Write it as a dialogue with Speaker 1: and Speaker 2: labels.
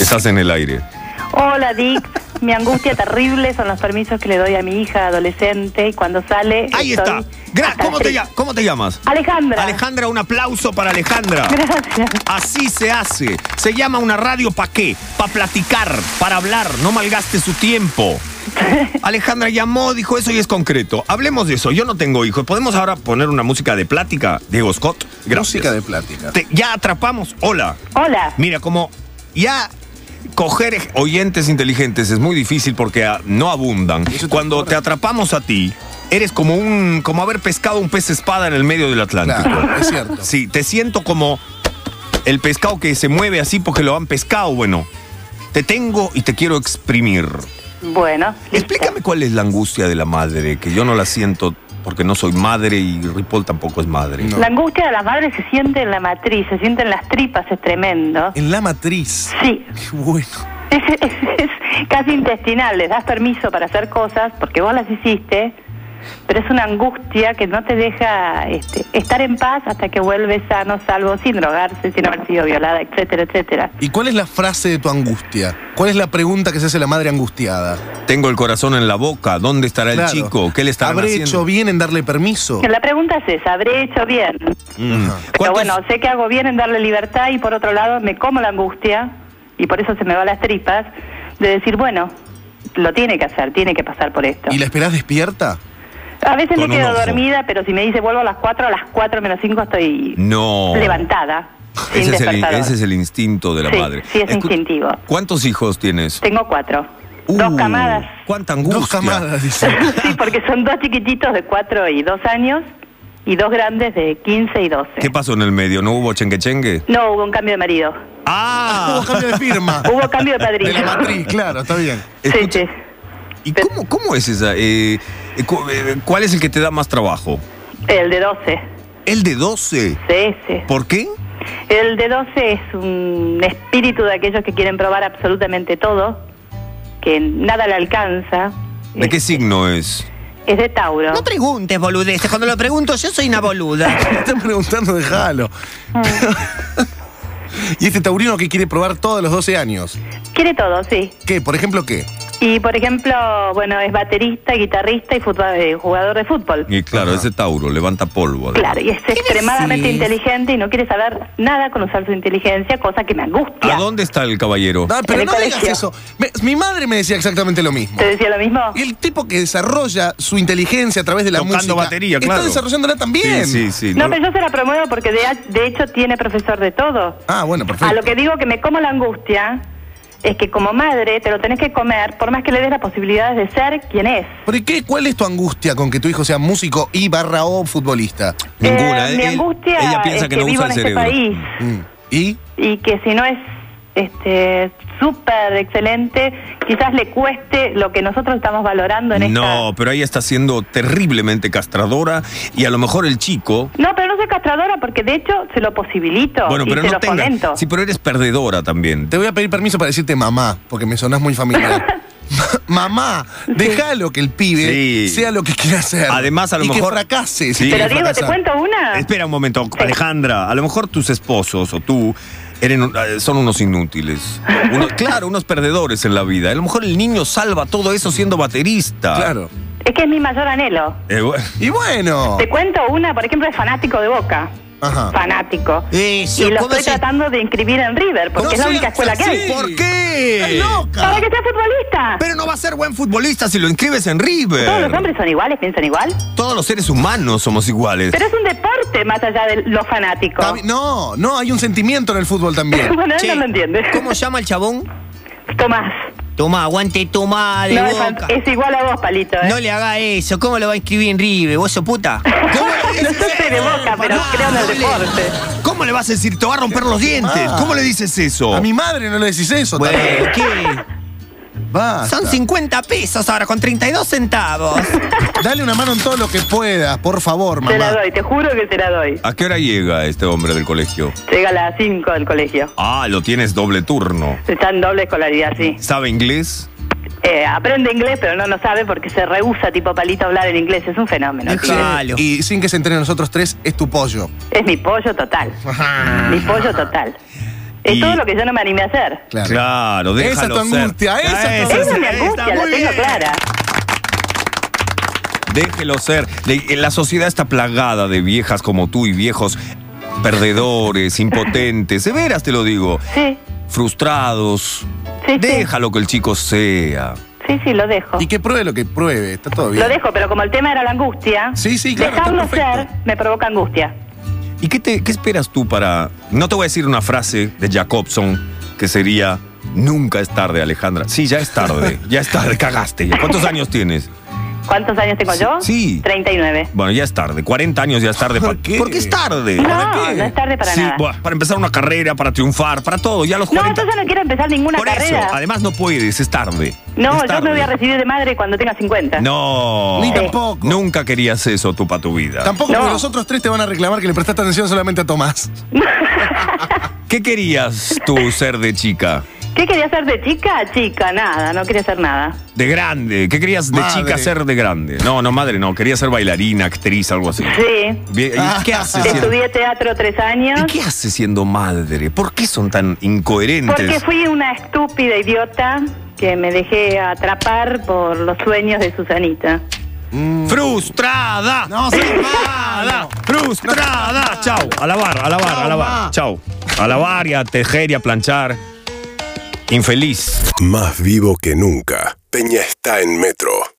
Speaker 1: Estás en el aire.
Speaker 2: Hola, Dick. Mi angustia terrible son los permisos que le doy a mi hija adolescente y cuando sale.
Speaker 3: Ahí
Speaker 2: estoy
Speaker 3: está. Gra-
Speaker 2: hasta
Speaker 3: ¿cómo,
Speaker 2: las
Speaker 3: te,
Speaker 2: tres.
Speaker 3: lla- ¿Cómo te llamas?
Speaker 2: Alejandra.
Speaker 3: Alejandra, un aplauso para Alejandra.
Speaker 2: Gracias.
Speaker 3: Así se hace. Se llama una radio para qué? Para platicar, para hablar. No malgaste su tiempo. Alejandra llamó, dijo eso y es concreto. Hablemos de eso. Yo no tengo hijos. ¿Podemos ahora poner una música de plática, Diego Scott? Gracias.
Speaker 4: Música de plática.
Speaker 3: Te- ya atrapamos. Hola.
Speaker 2: Hola.
Speaker 3: Mira, como ya coger ej- oyentes inteligentes es muy difícil porque ah, no abundan.
Speaker 4: Eso te
Speaker 3: Cuando
Speaker 4: importa.
Speaker 3: te atrapamos a ti, eres como un como haber pescado un pez espada en el medio del Atlántico.
Speaker 4: Claro, es cierto.
Speaker 3: Sí, te siento como el pescado que se mueve así porque lo han pescado, bueno. Te tengo y te quiero exprimir.
Speaker 2: Bueno. lista.
Speaker 3: Explícame cuál es la angustia de la madre, que yo no la siento porque no soy madre y Ripoll tampoco es madre.
Speaker 4: No.
Speaker 2: La angustia de las madres se siente en la matriz, se siente en las tripas, es tremendo.
Speaker 3: Eh.
Speaker 4: En la matriz.
Speaker 2: Sí,
Speaker 4: Qué bueno.
Speaker 2: es, es- es casi intestinal, les das permiso para hacer cosas porque vos las hiciste, pero es una angustia que no te deja este, estar en paz hasta que vuelves sano, salvo, sin drogarse, sin haber sido violada, etcétera, etcétera.
Speaker 4: ¿Y cuál es la frase de tu angustia? ¿Cuál es la pregunta que se hace la madre angustiada?
Speaker 3: Tengo el corazón en la boca, ¿dónde estará
Speaker 4: Claro.
Speaker 3: el chico? ¿Qué le estarán
Speaker 4: ¿Habré
Speaker 3: haciendo?
Speaker 4: hecho bien en darle permiso?
Speaker 2: La pregunta es esa, ¿habré hecho bien?
Speaker 3: Mm.
Speaker 2: Pero
Speaker 3: ¿Cuántas-
Speaker 2: bueno, sé que hago bien en darle libertad y por otro lado me como la angustia, y por eso se me va las tripas, de decir, bueno, lo tiene que hacer, tiene que pasar por esto.
Speaker 4: ¿Y la esperás despierta?
Speaker 2: A veces
Speaker 3: Con
Speaker 2: me
Speaker 3: un
Speaker 2: quedo
Speaker 3: ojo.
Speaker 2: dormida, pero si me dice vuelvo a las 4, a las 4 menos 5 estoy
Speaker 3: No.
Speaker 2: levantada. sin
Speaker 3: Ese es, el,
Speaker 2: despertador.
Speaker 3: ese es el instinto de la
Speaker 2: Sí,
Speaker 3: madre.
Speaker 2: sí, es instintivo.
Speaker 3: ¿Cuántos hijos tienes?
Speaker 2: Tengo cuatro.
Speaker 3: Uh,
Speaker 2: dos camadas.
Speaker 3: ¿Cuánta angustia?
Speaker 4: Dos camadas, dice.
Speaker 2: sí, porque son dos chiquititos de 4 y 2 años y dos grandes de 15 y 12.
Speaker 3: ¿Qué pasó en el medio? ¿No hubo chenguechengue?
Speaker 2: No, hubo un cambio de marido.
Speaker 4: Hubo
Speaker 3: ¡Ah!
Speaker 4: cambio de firma.
Speaker 2: Hubo cambio de
Speaker 4: De
Speaker 2: padrino.
Speaker 4: la matriz, claro, está bien.
Speaker 2: Sí,
Speaker 3: Escucha,
Speaker 2: sí.
Speaker 3: ¿Y cómo, cómo es esa? Eh, eh, cu- eh, ¿Cuál es el que te da más trabajo?
Speaker 2: El de 12.
Speaker 3: El de 12.
Speaker 2: Sí, sí.
Speaker 3: ¿Por qué?
Speaker 2: El de 12 es un espíritu de aquellos que quieren probar absolutamente todo, que nada le alcanza.
Speaker 3: ¿De qué
Speaker 2: es,
Speaker 3: signo es?
Speaker 2: es de Tauro.
Speaker 5: No preguntes boludeces. Cuando lo pregunto, yo soy una boluda.
Speaker 4: Te están preguntando, déjalo.
Speaker 2: Mm.
Speaker 4: y este taurino que quiere probar todo a los 12 años.
Speaker 2: Quiere todo, sí.
Speaker 4: ¿Qué? Por ejemplo, ¿qué?
Speaker 2: Y por ejemplo, bueno, es baterista, guitarrista y futba- eh, jugador de fútbol.
Speaker 3: Y claro,
Speaker 4: Ajá.
Speaker 3: ese Tauro, levanta polvo. además.
Speaker 2: Claro, y es extremadamente inteligente y no quiere saber nada con usar su inteligencia, cosa que me angustia.
Speaker 3: ¿A dónde está el caballero?
Speaker 4: No, pero
Speaker 2: En el
Speaker 4: no digas
Speaker 2: colegio.
Speaker 4: eso. Me- mi madre me decía exactamente lo mismo.
Speaker 2: ¿Te decía lo mismo?
Speaker 4: Y el tipo que desarrolla su inteligencia a través de la
Speaker 3: Tocando
Speaker 4: música.
Speaker 3: batería, claro.
Speaker 4: Está desarrollándola también.
Speaker 3: Sí, sí, sí.
Speaker 2: No,
Speaker 3: no-
Speaker 2: pero yo se la promuevo porque de, de hecho tiene profesor de todo.
Speaker 4: Ah, bueno, perfecto.
Speaker 2: A lo que digo que me como la angustia es que como madre te lo tenés que comer por más que le des las posibilidades de ser quien es.
Speaker 4: ¿Por qué? ¿Cuál es tu angustia con que tu hijo sea músico y barra o futbolista?
Speaker 3: Ninguna.
Speaker 2: Eh, mi
Speaker 3: Él-
Speaker 2: angustia
Speaker 3: ella piensa
Speaker 2: es
Speaker 3: que
Speaker 2: que,
Speaker 3: no usa
Speaker 2: vivo
Speaker 3: el
Speaker 2: en este
Speaker 3: cerebro.
Speaker 2: país
Speaker 4: Mm. ¿Y?
Speaker 2: y que si no es este súper excelente, quizás le cueste lo que nosotros estamos valorando en
Speaker 3: No,
Speaker 2: esta...
Speaker 3: pero ella está siendo terriblemente castradora y a lo mejor el chico.
Speaker 2: No, pero no soy castradora porque de hecho se lo posibilito
Speaker 3: Bueno,
Speaker 2: y
Speaker 3: pero
Speaker 2: se
Speaker 3: no
Speaker 2: lo fomento.
Speaker 3: tengas. Sí, pero eres perdedora también.
Speaker 4: Te voy a pedir permiso para decirte mamá, porque me sonás muy familiar. Ma- mamá, déjalo que el pibe
Speaker 3: Sí.
Speaker 4: sea lo que quiera ser.
Speaker 3: Además, a lo
Speaker 4: y
Speaker 3: mejor-
Speaker 4: que fracase.
Speaker 3: Sí.
Speaker 4: Si
Speaker 2: Pero
Speaker 4: quiere
Speaker 2: Diego, ¿te
Speaker 4: fracasar.
Speaker 2: cuento una?
Speaker 3: Espera un momento, Alejandra. A lo mejor tus esposos o tú eren un- eh, son unos inútiles. Uno- claro, unos perdedores en la vida. A lo mejor el niño salva todo eso siendo baterista.
Speaker 4: Claro.
Speaker 2: Es que es mi mayor anhelo.
Speaker 3: Eh, bueno,
Speaker 4: Y bueno.
Speaker 3: Oh.
Speaker 2: Te cuento una, por ejemplo, es fanático de Boca.
Speaker 4: Ajá.
Speaker 2: Fanático.
Speaker 5: Eso,
Speaker 2: y lo
Speaker 5: Ah. ¿cómo
Speaker 2: estoy
Speaker 5: se-
Speaker 2: tratando de inscribir en River, porque
Speaker 4: No
Speaker 2: es la
Speaker 4: seas
Speaker 2: única escuela que hay.
Speaker 4: así.
Speaker 3: ¿Por qué?
Speaker 4: ¡Estás loca!
Speaker 2: Para que sea futbolista.
Speaker 3: Pero no va a ser buen futbolista si lo inscribes en
Speaker 2: Todos los
Speaker 3: River.
Speaker 2: hombres son iguales, piensan igual.
Speaker 3: Todos los seres humanos somos iguales.
Speaker 2: Pero es un deporte más allá de los fanáticos.
Speaker 4: Está bi- No, no, hay un sentimiento en el fútbol también.
Speaker 2: bueno, él
Speaker 5: Che,
Speaker 2: no lo entiende.
Speaker 5: ¿Cómo llama el chabón?
Speaker 2: Tomás.
Speaker 5: Tomá, aguante, tomá, de
Speaker 2: No, es, fan-
Speaker 5: boca.
Speaker 2: es igual a vos, palito. ¿eh?
Speaker 5: No le haga eso. ¿Cómo lo va a inscribir en Rive? ¿Vos sos puta?
Speaker 2: No soy de boca, pero
Speaker 3: Pará,
Speaker 2: creo en el
Speaker 3: no le-
Speaker 2: deporte.
Speaker 3: ¿Cómo le vas a decir? Te va a romper los dientes.
Speaker 4: Ah.
Speaker 3: ¿Cómo le dices eso?
Speaker 4: A mi madre no le decís eso.
Speaker 5: Bueno,
Speaker 4: también.
Speaker 5: ¿qué?
Speaker 4: Basta.
Speaker 5: Son 50 pesos ahora con 32 centavos.
Speaker 4: Dale una mano en todo lo que puedas, por favor,
Speaker 2: Te la
Speaker 4: mamá.
Speaker 2: doy, te juro que te la doy.
Speaker 3: ¿A qué hora llega este hombre del colegio?
Speaker 2: Llega a las 5 del colegio.
Speaker 3: Ah, lo tienes doble turno.
Speaker 2: Está en doble escolaridad, sí.
Speaker 3: ¿Sabe inglés?
Speaker 2: Eh, aprende inglés, pero no lo sabe porque se rehúsa, tipo palito, a hablar en inglés. Es un fenómeno.
Speaker 5: Deja-
Speaker 2: tío.
Speaker 5: Claro.
Speaker 4: Y sin que se enteren nosotros tres, es tu pollo.
Speaker 2: Es mi pollo total. mi pollo total. Es
Speaker 3: Y-
Speaker 2: todo lo que yo no me animé a hacer.
Speaker 4: Claro.
Speaker 3: Claro,
Speaker 4: Esa
Speaker 3: déjalo
Speaker 4: es tu
Speaker 3: ser.
Speaker 4: angustia, esa es tu
Speaker 3: Esa
Speaker 2: Esa es mi
Speaker 3: ahí está,
Speaker 2: angustia, la
Speaker 3: muy
Speaker 2: tengo
Speaker 3: bien.
Speaker 2: clara.
Speaker 3: Déjelo ser. Le- La sociedad está plagada de viejas como tú y viejos perdedores, impotentes. De veras te lo digo.
Speaker 2: Sí,
Speaker 3: Frustrados.
Speaker 2: sí, sí.
Speaker 3: Déjalo que el chico sea.
Speaker 2: Sí, sí, lo dejo.
Speaker 4: Y que pruebe lo que pruebe, está todo bien.
Speaker 2: Lo dejo, pero como el tema era la angustia,
Speaker 4: Sí, sí, claro, está
Speaker 2: dejarlo ser
Speaker 4: perfecto.
Speaker 2: me provoca angustia.
Speaker 3: ¿Y qué, te, qué esperas tú para.? No te voy a decir una frase de Jacobson que sería. Nunca es tarde, Alejandra. Sí, ya es tarde. Ya es tarde, cagaste. ya. ¿Cuántos años tienes?
Speaker 2: ¿Cuántos años tengo
Speaker 3: Sí,
Speaker 2: yo?
Speaker 3: sí.
Speaker 2: 39.
Speaker 3: Bueno, ya es tarde. 40 años ya es tarde.
Speaker 4: ¿Por
Speaker 3: pa-
Speaker 4: qué?
Speaker 3: Porque es tarde.
Speaker 2: No,
Speaker 3: Eh, ¿Para qué?
Speaker 2: no es tarde para
Speaker 3: Sí,
Speaker 2: nada.
Speaker 3: bueno, para empezar una carrera, para triunfar, para todo. Ya a los
Speaker 2: No,
Speaker 3: 40.
Speaker 2: yo ya no quiero empezar ninguna
Speaker 3: Por
Speaker 2: carrera.
Speaker 3: eso, además no puedes, es tarde.
Speaker 2: no,
Speaker 3: Es
Speaker 2: yo me
Speaker 3: tarde.
Speaker 2: voy a recibir de madre cuando tenga 50.
Speaker 3: No.
Speaker 4: Ni tampoco.
Speaker 3: Nunca querías eso tú para tu vida.
Speaker 4: Tampoco
Speaker 2: No.
Speaker 4: porque los otros tres te van a reclamar que le prestaste atención solamente a Tomás.
Speaker 3: ¿Qué querías tú ser de chica?
Speaker 2: ¿Qué quería hacer de chica? Chica, nada, no quería hacer nada.
Speaker 3: De grande. ¿Qué querías de
Speaker 4: Madre.
Speaker 3: chica ser de grande? No, no, madre, no. Quería ser bailarina, actriz, algo así.
Speaker 2: Sí.
Speaker 3: Bien, ¿y
Speaker 4: Ah.
Speaker 3: ¿Qué haces siendo,
Speaker 2: Estudié teatro tres años
Speaker 3: ¿y qué haces siendo madre? ¿Por qué son tan
Speaker 2: porque
Speaker 3: incoherentes?
Speaker 2: fui una estúpida idiota que me dejé atrapar por los sueños de Susanita.
Speaker 3: ¡Frustrada!
Speaker 4: No, soy
Speaker 3: ¡Frustrada!
Speaker 4: malo.
Speaker 3: ¡Frustrada! ¡Chau! A lavar, a lavar,
Speaker 4: Chau,
Speaker 3: a lavar.
Speaker 4: ma.
Speaker 3: ¡Chau! A lavar y a tejer y a planchar. Infeliz.
Speaker 1: Más vivo que nunca. Peña está en metro.